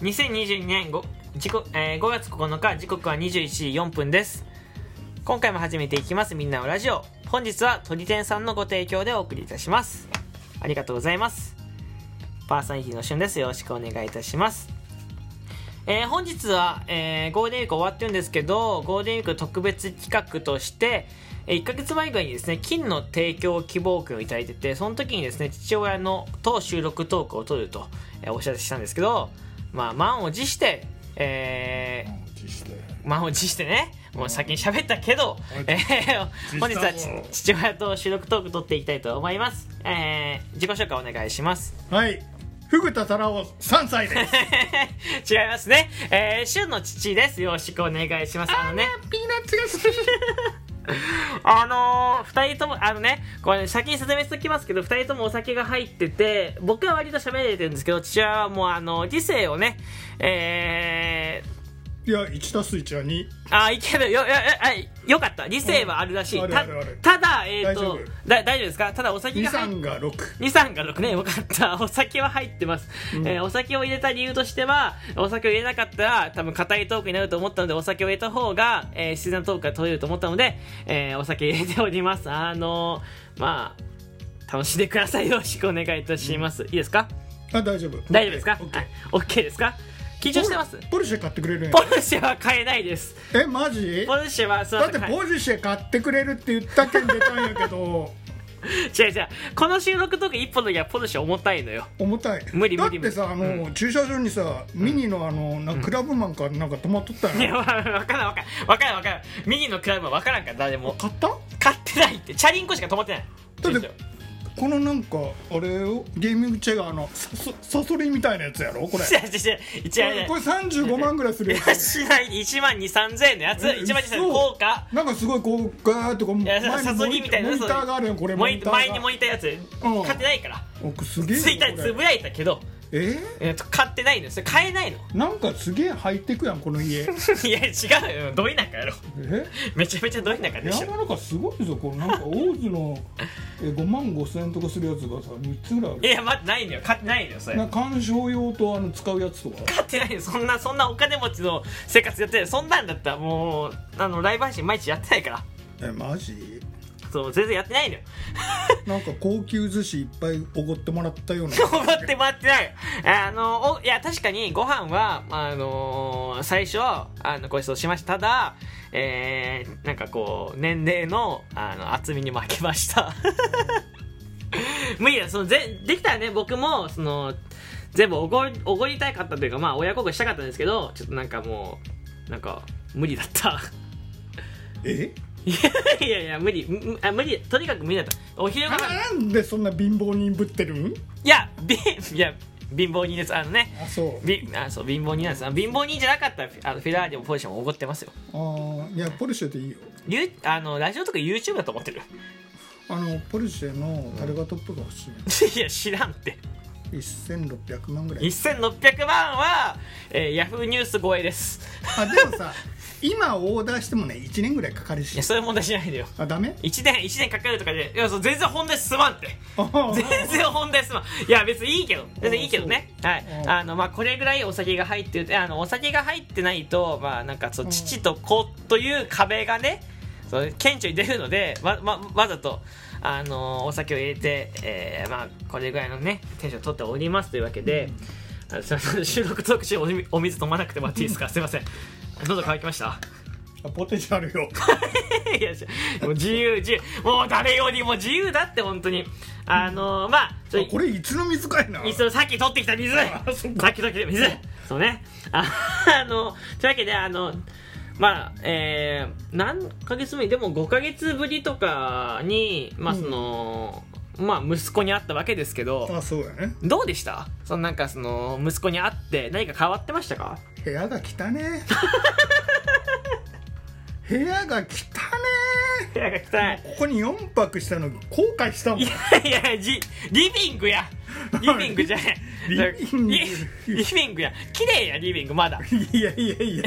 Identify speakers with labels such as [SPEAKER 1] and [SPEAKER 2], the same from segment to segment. [SPEAKER 1] 2022年 5, 時刻、えー5月9日時刻は21時4分です今回も始めていきますみんなのラジオ本日は鳥天さんのご提供でお送りいたしますありがとうございますパーソナリティのしゅんですよろしくお願いいたしますえー本日は、えーゴールデンウィーク終わってるんですけどゴールデンウィーク特別企画として、え1ヶ月前ぐらいにですね金の提供希望券をいただいててその時にですね父親のと収録トークを取ると、えーお知らせしたんですけどまあ満を持して、えー
[SPEAKER 2] 実して
[SPEAKER 1] 満を持してねもう先に喋ったけど、
[SPEAKER 2] うん
[SPEAKER 1] えー本日は
[SPEAKER 2] 実際も
[SPEAKER 1] ち父親と収録トーク取っていきたいと思います、えー自己紹介お願いします
[SPEAKER 2] はい福田太郎3歳 です
[SPEAKER 1] 違いますね。えー、旬の父です。よろしくお願いします。あのね。
[SPEAKER 2] ピーナッツが好き
[SPEAKER 1] あのー、二人とも、あのね、これ、先に説明しておきますけど、二人ともお酒が入ってて、僕は割と喋れてるんですけど、父親はもう、あの、時世をね、えー、
[SPEAKER 2] いや1たす1は2
[SPEAKER 1] あー、いける。よ、よ、よあよかった。理性はあるらしい。
[SPEAKER 2] うん
[SPEAKER 1] た
[SPEAKER 2] あるあるある
[SPEAKER 1] ただ、えっ、
[SPEAKER 2] 大丈
[SPEAKER 1] と
[SPEAKER 2] 夫
[SPEAKER 1] だ、大丈夫ですかただお酒
[SPEAKER 2] 2
[SPEAKER 1] が入って
[SPEAKER 2] 3が6
[SPEAKER 1] 23が6年よかったお酒は入ってます、
[SPEAKER 2] うん
[SPEAKER 1] えーお酒を入れた理由としてはお酒を入れなかったら多分硬いトークになると思ったのでお酒を入れた方が、えー自然なトークが取れると思ったので、えーお酒入れておりますあのーまあ楽しんでくださいよろしくお願いいたします、いいですか
[SPEAKER 2] あ大丈夫
[SPEAKER 1] 大丈夫ですか
[SPEAKER 2] OK
[SPEAKER 1] はい OK ですか緊張してます
[SPEAKER 2] ポルポルシェ買ってくれるんや
[SPEAKER 1] ポルシェは買えないです
[SPEAKER 2] えマジ
[SPEAKER 1] ポルシェはすいま
[SPEAKER 2] だ
[SPEAKER 1] せ
[SPEAKER 2] っ
[SPEAKER 1] ん
[SPEAKER 2] て
[SPEAKER 1] 買え
[SPEAKER 2] ポルシェ買ってくれるって言ったけん出たんやけ ど
[SPEAKER 1] 違う違うこの収録トーク1本の時はポルシェ重たいのよ
[SPEAKER 2] 重たい
[SPEAKER 1] 無理無
[SPEAKER 2] だっ
[SPEAKER 1] 理無理
[SPEAKER 2] てさあの、駐車場にさミニのあのなクラブマンかなんか止まっとったん
[SPEAKER 1] いや
[SPEAKER 2] や、
[SPEAKER 1] わわからんわからんわからんわからん右のクラブはわからんから誰も
[SPEAKER 2] 買った
[SPEAKER 1] 買ってないってチャリンコしか止まってない
[SPEAKER 2] だってこのなんかあれをゲーミングチェアのサソサソリみたいなやつやろこれ
[SPEAKER 1] 違う違う
[SPEAKER 2] こ
[SPEAKER 1] 違う違
[SPEAKER 2] れ
[SPEAKER 1] う
[SPEAKER 2] これ35万ぐらいするやつ
[SPEAKER 1] しない1万2 3 0 0円のやつ
[SPEAKER 2] え
[SPEAKER 1] 1万2 3 0 0円
[SPEAKER 2] 嘘
[SPEAKER 1] 高価
[SPEAKER 2] なんかすごいこうガーッとこう
[SPEAKER 1] いやさ
[SPEAKER 2] モ
[SPEAKER 1] そぎ
[SPEAKER 2] ニ
[SPEAKER 1] みたいな
[SPEAKER 2] モニターがあるよこれ
[SPEAKER 1] モニター前にモ
[SPEAKER 2] ニ
[SPEAKER 1] ニターやつ
[SPEAKER 2] うん
[SPEAKER 1] 買ってないから
[SPEAKER 2] ターがおすげえよ
[SPEAKER 1] ツイッター
[SPEAKER 2] こ
[SPEAKER 1] で
[SPEAKER 2] れ
[SPEAKER 1] つぶやいたけど
[SPEAKER 2] え
[SPEAKER 1] えっと買ってないのそれ買えない の
[SPEAKER 2] ーなんかすげえハイテクやんこ の
[SPEAKER 1] い
[SPEAKER 2] 家
[SPEAKER 1] や違うよど田舎やろ
[SPEAKER 2] え
[SPEAKER 1] めちゃめちゃど田舎
[SPEAKER 2] 部
[SPEAKER 1] でし
[SPEAKER 2] 屋
[SPEAKER 1] ょ
[SPEAKER 2] の中すごいぞこれなんかオーズのえ5万5千円とかするやつがさ3つぐらいあ
[SPEAKER 1] い
[SPEAKER 2] る
[SPEAKER 1] や待ってないのよ買ってないのよそれ
[SPEAKER 2] な鑑賞用とあの使うやつとか
[SPEAKER 1] 買ってないよそんなそんなお金持ちの生活やってるそんなんだったらもうあのライブ配信毎日やってないから
[SPEAKER 2] えマジ
[SPEAKER 1] そう全然やってないのよ
[SPEAKER 2] なんか高級寿司いっぱいおごってもらったような
[SPEAKER 1] 思ってもらってないよあのおいや確かにご飯はあのー最初あのご馳走しましたただえー、なんかこう年齢のあの厚みに負けました 無理だそのぜできたらね僕もその全部おごりおごりたかったというかまあ親孝行したかったんですけどちょっとなんかもうなんか無理だった
[SPEAKER 2] え
[SPEAKER 1] いやいやいや無理むあ無理とにかく無理だったお昼ご飯
[SPEAKER 2] なんでそんな貧乏人ぶってるん
[SPEAKER 1] いやびいや貧乏人ですあのね
[SPEAKER 2] あそう
[SPEAKER 1] びあそう貧乏人なんですあ貧乏人じゃなかったらあのフェラーリもポルシェもおごってますよ
[SPEAKER 2] あーいやポルシェでいいよ
[SPEAKER 1] ゆうあのラジオとか YouTube だと思ってる
[SPEAKER 2] あのポルシェのタルガトップが欲しい、
[SPEAKER 1] いや知らんって
[SPEAKER 2] 1600万ぐらい
[SPEAKER 1] 1600万は、えー、ヤフーニュース超えです
[SPEAKER 2] あでもさ今オーダーしてもね1年ぐらいかかる
[SPEAKER 1] い
[SPEAKER 2] し
[SPEAKER 1] やそういう問題じゃないのよ
[SPEAKER 2] あダメ
[SPEAKER 1] 1年1年かかるとかでいやそう全然本題進まんって
[SPEAKER 2] あ
[SPEAKER 1] 全然本題すまんいや別にいいけど全然いいけどねはい
[SPEAKER 2] うん
[SPEAKER 1] あのまあこれぐらいお酒が入ってるあのお酒が入ってないとまあなんかそう
[SPEAKER 2] うん
[SPEAKER 1] 父と子という壁がねそう顕著に出るのでわわわざとあのお酒を入れて、えーまあこれぐらいのねテンションを取っておりますというわけで、あのすいません収録特集お水お水飲まなくてもらっていいですかすいません喉乾きました
[SPEAKER 2] あポテチあるよ
[SPEAKER 1] いやもう自由自由もう誰よりも自由だって本当にあのまあちょ
[SPEAKER 2] あこれいつの水かいな
[SPEAKER 1] 水をさっき取ってきた水さ
[SPEAKER 2] あ
[SPEAKER 1] っ
[SPEAKER 2] そっ
[SPEAKER 1] き
[SPEAKER 2] か
[SPEAKER 1] 取ってきた水そうねああのというわけであのまあえー、何ヶ月ぶりでも5ヶ月ぶりとかにまあ
[SPEAKER 2] うん
[SPEAKER 1] その、まあ息子に会ったわけですけど
[SPEAKER 2] あそうやね
[SPEAKER 1] どうでしたそのなんかその息子に会って何か変わってましたか
[SPEAKER 2] 部屋が汚ね部屋が汚ね
[SPEAKER 1] 部屋が汚
[SPEAKER 2] ここに4泊したの後悔したもん
[SPEAKER 1] いいやいやじリビングやリビングじゃない
[SPEAKER 2] リビング
[SPEAKER 1] リリビングや綺麗やリビングまだ
[SPEAKER 2] いやいやいやいや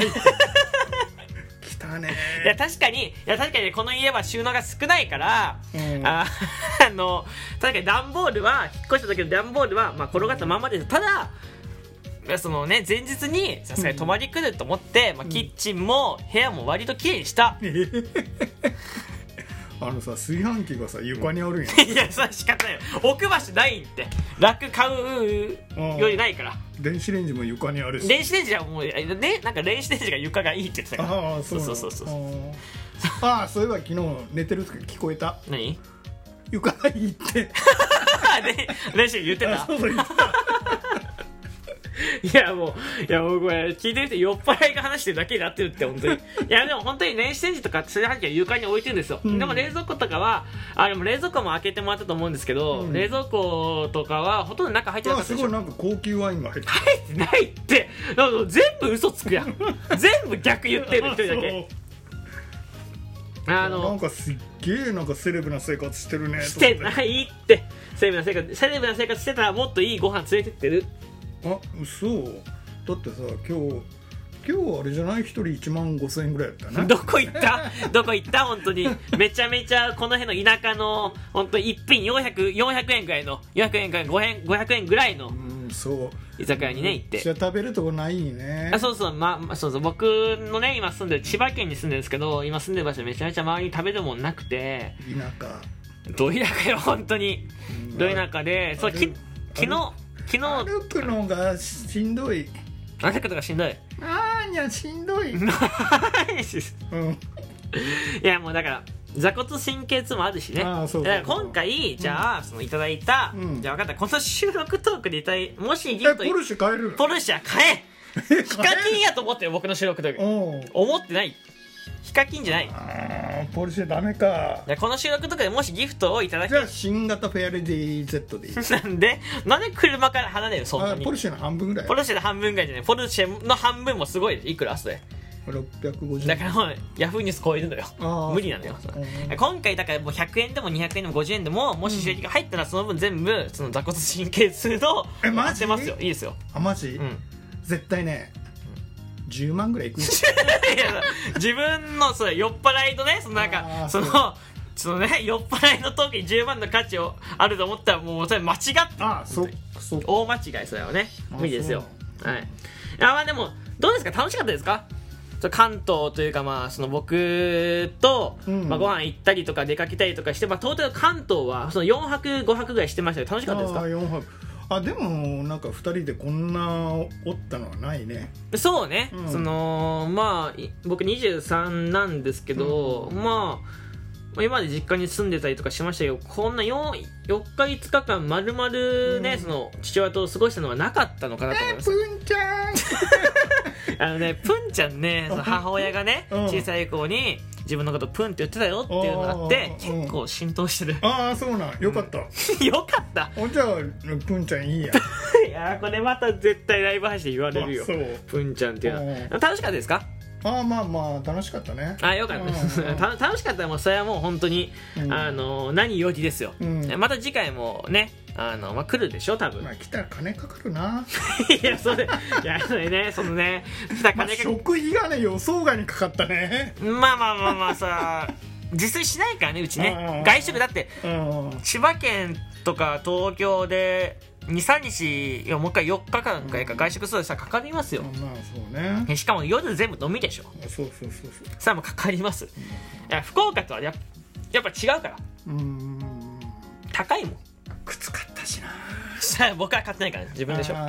[SPEAKER 2] 汚ね
[SPEAKER 1] いや確かにいや確かにこの家は収納が少ないから、
[SPEAKER 2] うん
[SPEAKER 1] あ あの確かに段ボールは引っ越した時の段ボールは、まあ、転がったまんまですただそのね前日にさすがに泊まり来ると思って、まあ、キッチンも部屋も割ときれいにした、
[SPEAKER 2] あのさ炊飯器がさ床にあるんや、
[SPEAKER 1] いやそれは仕方ないよ置く場所ないんって楽買うよりないから
[SPEAKER 2] 電子レンジも床にあるし
[SPEAKER 1] 電子レンジはもうえねなんか電子レンジが床がいいって言ってたから
[SPEAKER 2] ああそうな
[SPEAKER 1] そ
[SPEAKER 2] の
[SPEAKER 1] うそうそう
[SPEAKER 2] あ
[SPEAKER 1] そう
[SPEAKER 2] ーあーそういえば昨日寝てる時聞こえた
[SPEAKER 1] 何
[SPEAKER 2] 床がいいって
[SPEAKER 1] で電子レンジ言って
[SPEAKER 2] あ
[SPEAKER 1] た
[SPEAKER 2] そうそう言ってた
[SPEAKER 1] いやもういやもうこれ聞いてる人酔っ払いが話してるだけになってるって本当 にいやでも本当に電子レンジとか炊飯器は床に置いてるんですよ、
[SPEAKER 2] うん
[SPEAKER 1] でも冷蔵庫とかはあでも冷蔵庫も開けてもらったと思うんですけど、
[SPEAKER 2] うん
[SPEAKER 1] 冷蔵庫とかはほとんど中入ってな
[SPEAKER 2] あ
[SPEAKER 1] か
[SPEAKER 2] ー
[SPEAKER 1] った
[SPEAKER 2] す
[SPEAKER 1] でし
[SPEAKER 2] ご
[SPEAKER 1] ょ
[SPEAKER 2] いなんか高級ワインが入ってた
[SPEAKER 1] 入ってないってだから全部嘘つくや ん全部逆言ってる一人だけあ
[SPEAKER 2] そうなん
[SPEAKER 1] の
[SPEAKER 2] かすっげえなんかセレブな生活してるね
[SPEAKER 1] して
[SPEAKER 2] と思っ
[SPEAKER 1] ないってセレブな生活セレブな生活してたらもっといいご飯連れてってる
[SPEAKER 2] あ嘘だってさ今日今日あれじゃない一人1万5千円ぐらいだった ね
[SPEAKER 1] どこ行ったどこ行った本当にめちゃめちゃこの辺の田舎の本当一品 400, 400円ぐらいの400円から5円500円ぐらいの
[SPEAKER 2] うんそう
[SPEAKER 1] 居酒屋にね行っ
[SPEAKER 2] じゃ
[SPEAKER 1] て
[SPEAKER 2] 食べるとこないね
[SPEAKER 1] あそうそう,、まあ、そうそう僕のね今住んでる千葉県に住んでるんですけど今住んでる場所めちゃめちゃ周りに食べるもんなくて
[SPEAKER 2] 田舎
[SPEAKER 1] どい中よ本当に
[SPEAKER 2] うん
[SPEAKER 1] どい中でそうき昨日昨日
[SPEAKER 2] 歩くのがしんどい
[SPEAKER 1] 何かとかしんどい
[SPEAKER 2] あーにゃしんどい、う ん、
[SPEAKER 1] いやもうだから座骨神経痛もあるしね
[SPEAKER 2] ああそうそう
[SPEAKER 1] だから今回じゃあ、そのいただいた、
[SPEAKER 2] うん
[SPEAKER 1] じゃあ分かったこの収録トークでいたいもしギ
[SPEAKER 2] え
[SPEAKER 1] フト
[SPEAKER 2] ポルシェ買える
[SPEAKER 1] ポルシェは買え
[SPEAKER 2] え
[SPEAKER 1] ヒカキンやと思ってる僕の収録トーク
[SPEAKER 2] おう
[SPEAKER 1] 思ってないヒカキンじゃない
[SPEAKER 2] あーポルシェダメか
[SPEAKER 1] でこの収録トークでもしギフトをいただ
[SPEAKER 2] じゃあ新型フェアレディ Z でいい
[SPEAKER 1] くなんでなんで車から離れるそんな
[SPEAKER 2] あ
[SPEAKER 1] に
[SPEAKER 2] ポ
[SPEAKER 1] ポル
[SPEAKER 2] ルシェの半分ぐらい
[SPEAKER 1] シェで半分ぐらいじゃないポルシェの半分もすごいいくらそれ
[SPEAKER 2] 650
[SPEAKER 1] だからもうヤフーニュース超えるのよ
[SPEAKER 2] あー
[SPEAKER 1] 無理なのよそれ
[SPEAKER 2] うん
[SPEAKER 1] 今回だからもう100円でも200円でも50円でももし収益が入ったらその分全部その座骨神経痛の
[SPEAKER 2] えマジ
[SPEAKER 1] 当てますよいいですよ
[SPEAKER 2] あマジ、
[SPEAKER 1] うん い
[SPEAKER 2] 絶対ね10万ぐらいい くよ
[SPEAKER 1] や自分のそれ酔っ払いとねそのなん
[SPEAKER 2] あ
[SPEAKER 1] か
[SPEAKER 2] ー
[SPEAKER 1] そのそのね酔っ払いの時に10万の価値をあると思ったらもうそれ間違ってる
[SPEAKER 2] あそ
[SPEAKER 1] 本当に
[SPEAKER 2] そ
[SPEAKER 1] 大間違いそれはね
[SPEAKER 2] あ
[SPEAKER 1] 無理ですよ
[SPEAKER 2] そう
[SPEAKER 1] はいあまあでもどうですか楽しかったですかちょ関東というかまあその僕と、
[SPEAKER 2] うん
[SPEAKER 1] まあ、ご飯行ったりとか出かけたりとかして、まあ、トータル関東はその4泊5泊ぐらいしてましたけど楽しかったです
[SPEAKER 2] あ
[SPEAKER 1] か
[SPEAKER 2] ー四泊あでもなんか2人でこんなおったのはないね
[SPEAKER 1] そうね、
[SPEAKER 2] うん
[SPEAKER 1] そのまあい僕23なんですけど、まあまあ今まで実家に住んでたりとかしましたけどこんな 4, 4日5日間丸々ね、
[SPEAKER 2] うん
[SPEAKER 1] その父親と過ごしたのはなかったのかなと思います
[SPEAKER 2] プンちゃ ん
[SPEAKER 1] あのね、プンちゃんね、その母親がね、
[SPEAKER 2] うん
[SPEAKER 1] 小さい子に自分のことプンって言ってたよっていうのがあって、
[SPEAKER 2] うん。
[SPEAKER 1] 結構浸透してる
[SPEAKER 2] ああそうなんよかった、
[SPEAKER 1] よかった。
[SPEAKER 2] おじゃあプンちゃんい いや
[SPEAKER 1] いやー、これまた絶対ライブ配信言われるよ
[SPEAKER 2] あそ。う
[SPEAKER 1] プンちゃんっていうのは
[SPEAKER 2] うん
[SPEAKER 1] 楽しかったですか
[SPEAKER 2] ああまあまあ楽しかったね
[SPEAKER 1] あよかったです、
[SPEAKER 2] うん
[SPEAKER 1] た楽しかったらもうそれはもう本当に、
[SPEAKER 2] うん
[SPEAKER 1] あのー何よりですよ、
[SPEAKER 2] うん
[SPEAKER 1] また次回もねあの、まあ、来るでしょ多分、
[SPEAKER 2] まあ来たら金かかるな、
[SPEAKER 1] いやそれいやそれねそのね来た
[SPEAKER 2] まあ、
[SPEAKER 1] 金か
[SPEAKER 2] 食費がね予想外にかかったね
[SPEAKER 1] まあまあまあまあさ自炊しないからねうち
[SPEAKER 2] うんうんう
[SPEAKER 1] ね
[SPEAKER 2] ん
[SPEAKER 1] 外食だって
[SPEAKER 2] うん
[SPEAKER 1] 千葉県とか東京で23日いやもう一回4日間かか外食するとさかかりますよ
[SPEAKER 2] まあまあそうね
[SPEAKER 1] しかも夜全部飲みでしょ
[SPEAKER 2] そうそうそうそ
[SPEAKER 1] さあもうかかりますいや福岡とはやっやっぱ違うから
[SPEAKER 2] ううーん
[SPEAKER 1] 高いもん
[SPEAKER 2] 靴買ったしな
[SPEAKER 1] さあ僕は買ってないから自分でしょ
[SPEAKER 2] あ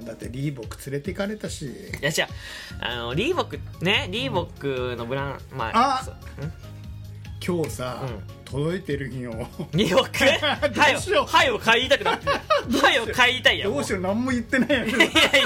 [SPEAKER 2] ーだってリーボック連れて行かれたし
[SPEAKER 1] いや違うあのリーボックねリーボックのブランまあ
[SPEAKER 2] あ
[SPEAKER 1] そ
[SPEAKER 2] 今日さ、
[SPEAKER 1] うん
[SPEAKER 2] 届いてる日よ
[SPEAKER 1] うリーボックは
[SPEAKER 2] どうしよ
[SPEAKER 1] よ
[SPEAKER 2] う
[SPEAKER 1] はよ買いたくなってるはよ買いたいやん
[SPEAKER 2] ど
[SPEAKER 1] もう
[SPEAKER 2] うしよう何も言ってないや
[SPEAKER 1] いや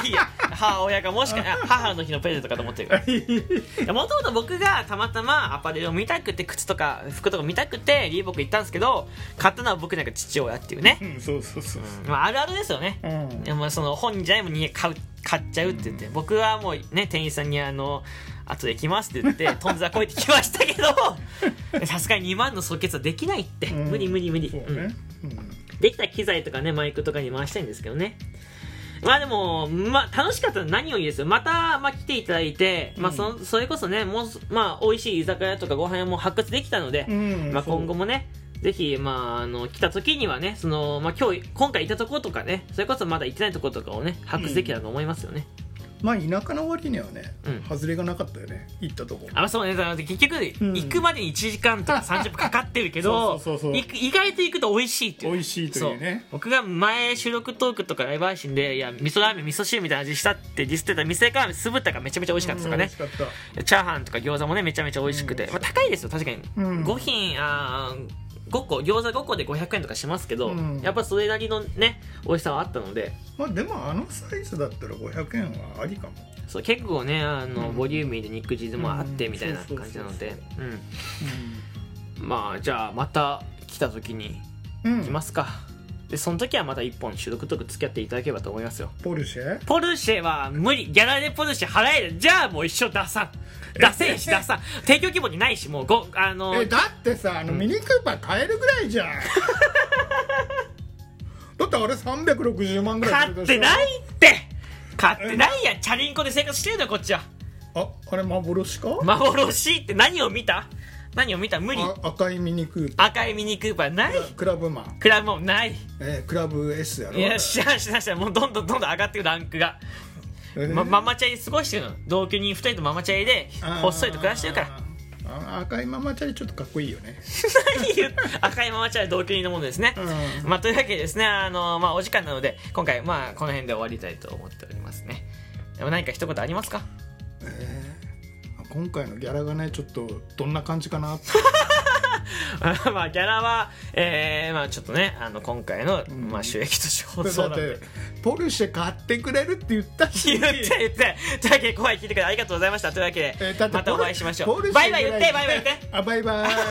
[SPEAKER 1] いや母親がもしかあ母の日のプレゼントかと思ってるから
[SPEAKER 2] つ
[SPEAKER 1] もともと僕がたまたまアパレルを見たくて靴とか服とか見たくてリーボック行ったんですけど買ったのは僕なんか父親っていうね
[SPEAKER 2] う、んそうそうそうそう
[SPEAKER 1] まあ、あるあるですよね
[SPEAKER 2] う、ん
[SPEAKER 1] でもその本じゃないもんに買う買っちゃうって言って、僕はもうね店員さんにあの後で来ますって言 ってとんずらこいてきましたけどさすがに2万の即決はできないって、
[SPEAKER 2] うん
[SPEAKER 1] 無理無理無理、
[SPEAKER 2] そう
[SPEAKER 1] うん
[SPEAKER 2] ね、うん
[SPEAKER 1] できたら機材とかねマイクとかに回したいんですけどねまあでも、まあ、楽しかったのは何よりですよまた、まあ、来ていただいて、まあ、そそれこそねもうす、まあ、美味しい居酒屋とかご飯屋も発掘できたので、
[SPEAKER 2] うん
[SPEAKER 1] まあ、
[SPEAKER 2] そう
[SPEAKER 1] 今後もねぜひ、まあ、あの、来た時にはね、その、まあ、今日、今回いたとことかね、それこそまだ行ってないとことかをね、把握すべきだと思いますよね。
[SPEAKER 2] まあ田舎の割にはね、
[SPEAKER 1] うん
[SPEAKER 2] 外れがなかったよね行ったとこ
[SPEAKER 1] あ、そうね、だから結局、
[SPEAKER 2] うん
[SPEAKER 1] 行くまでに1時間とか30分かかってるけ ど、
[SPEAKER 2] そうそうそうそう
[SPEAKER 1] いく意外と行くと美味しいっていう。
[SPEAKER 2] 美味しいという
[SPEAKER 1] そ
[SPEAKER 2] ね
[SPEAKER 1] う僕が前収録トークとかライブ配信でいや味噌ラーメン味噌汁みたいな味したってディスってた店から酢豚がめちゃめちゃ美味しかったとか
[SPEAKER 2] うん美
[SPEAKER 1] ね
[SPEAKER 2] 味し、かった
[SPEAKER 1] チャーハンとか餃子もねめちゃめちゃ美味しくて、
[SPEAKER 2] うん
[SPEAKER 1] まあ、高いですよ確かに、
[SPEAKER 2] うん
[SPEAKER 1] 5品あ5個餃子5個で500円とかしますけど、
[SPEAKER 2] うん
[SPEAKER 1] やっぱそれなりのね美味しさはあったので
[SPEAKER 2] まあでもあのサイズだったら500円はありかも
[SPEAKER 1] そう結構ねあの、
[SPEAKER 2] うん
[SPEAKER 1] ボリューミーで肉汁もあって
[SPEAKER 2] うん
[SPEAKER 1] みたいな感じなので
[SPEAKER 2] そ
[SPEAKER 1] う
[SPEAKER 2] う
[SPEAKER 1] んまあじゃあまた来た時に
[SPEAKER 2] うん、
[SPEAKER 1] 行きますか、でその時はまた1本収録トーク付き合っていただければと思いますよ
[SPEAKER 2] ポルシェ
[SPEAKER 1] ポルシェは無理ギャラでポルシェ払えるじゃあもう一緒出さん出せんし出さん提供規模にないしもうごあの
[SPEAKER 2] えだってさあのミニクーパー買えるぐらいじゃ んだってあれ360万ぐらい
[SPEAKER 1] 買
[SPEAKER 2] する
[SPEAKER 1] っ
[SPEAKER 2] で
[SPEAKER 1] て
[SPEAKER 2] しょ
[SPEAKER 1] ないって買ってないやんチャリンコで生活してるのよこっちは
[SPEAKER 2] ああれ幻か、
[SPEAKER 1] 幻って何を見た何を見た無理
[SPEAKER 2] あ赤いミニクーパ
[SPEAKER 1] 赤いミニクーパーない
[SPEAKER 2] ークラブマン、
[SPEAKER 1] クラブもない
[SPEAKER 2] えークラブ S やろ
[SPEAKER 1] いや知らん知らん知らんもうどんどんどんどん上がってくランクが、
[SPEAKER 2] えー
[SPEAKER 1] ま、ママチャリ過ごしてるの同居人2人とママチャリで
[SPEAKER 2] あー
[SPEAKER 1] ほっそりと暮らしてるから
[SPEAKER 2] あ赤いママチャリちょっとかっこいいよね、
[SPEAKER 1] 何言う 赤いママチャリ同居人のものですね、
[SPEAKER 2] うん
[SPEAKER 1] まあ、というわけでですね、あのまあ、お時間なので今回、まあ、この辺で終わりたいと思っておりますねでも何か一言ありますか
[SPEAKER 2] えー今回のギャラがねちょっとどんな感じかなって
[SPEAKER 1] まあギャラは、えーまあ、ちょっとねあの今回の、
[SPEAKER 2] ん
[SPEAKER 1] まあ、収益として放
[SPEAKER 2] だ
[SPEAKER 1] 送
[SPEAKER 2] っ
[SPEAKER 1] なん
[SPEAKER 2] て
[SPEAKER 1] で
[SPEAKER 2] ポルシェ買ってくれるって言った
[SPEAKER 1] 言
[SPEAKER 2] し
[SPEAKER 1] って言ってというわけで怖い聞いてくれてありがとうございましたというわけで、
[SPEAKER 2] えーだって
[SPEAKER 1] またお
[SPEAKER 2] ポル
[SPEAKER 1] 会いしましょ
[SPEAKER 2] ポル
[SPEAKER 1] う
[SPEAKER 2] シェ
[SPEAKER 1] バイバイ言って
[SPEAKER 2] ぐら
[SPEAKER 1] バイ
[SPEAKER 2] い
[SPEAKER 1] バイ言って
[SPEAKER 2] あバイバイ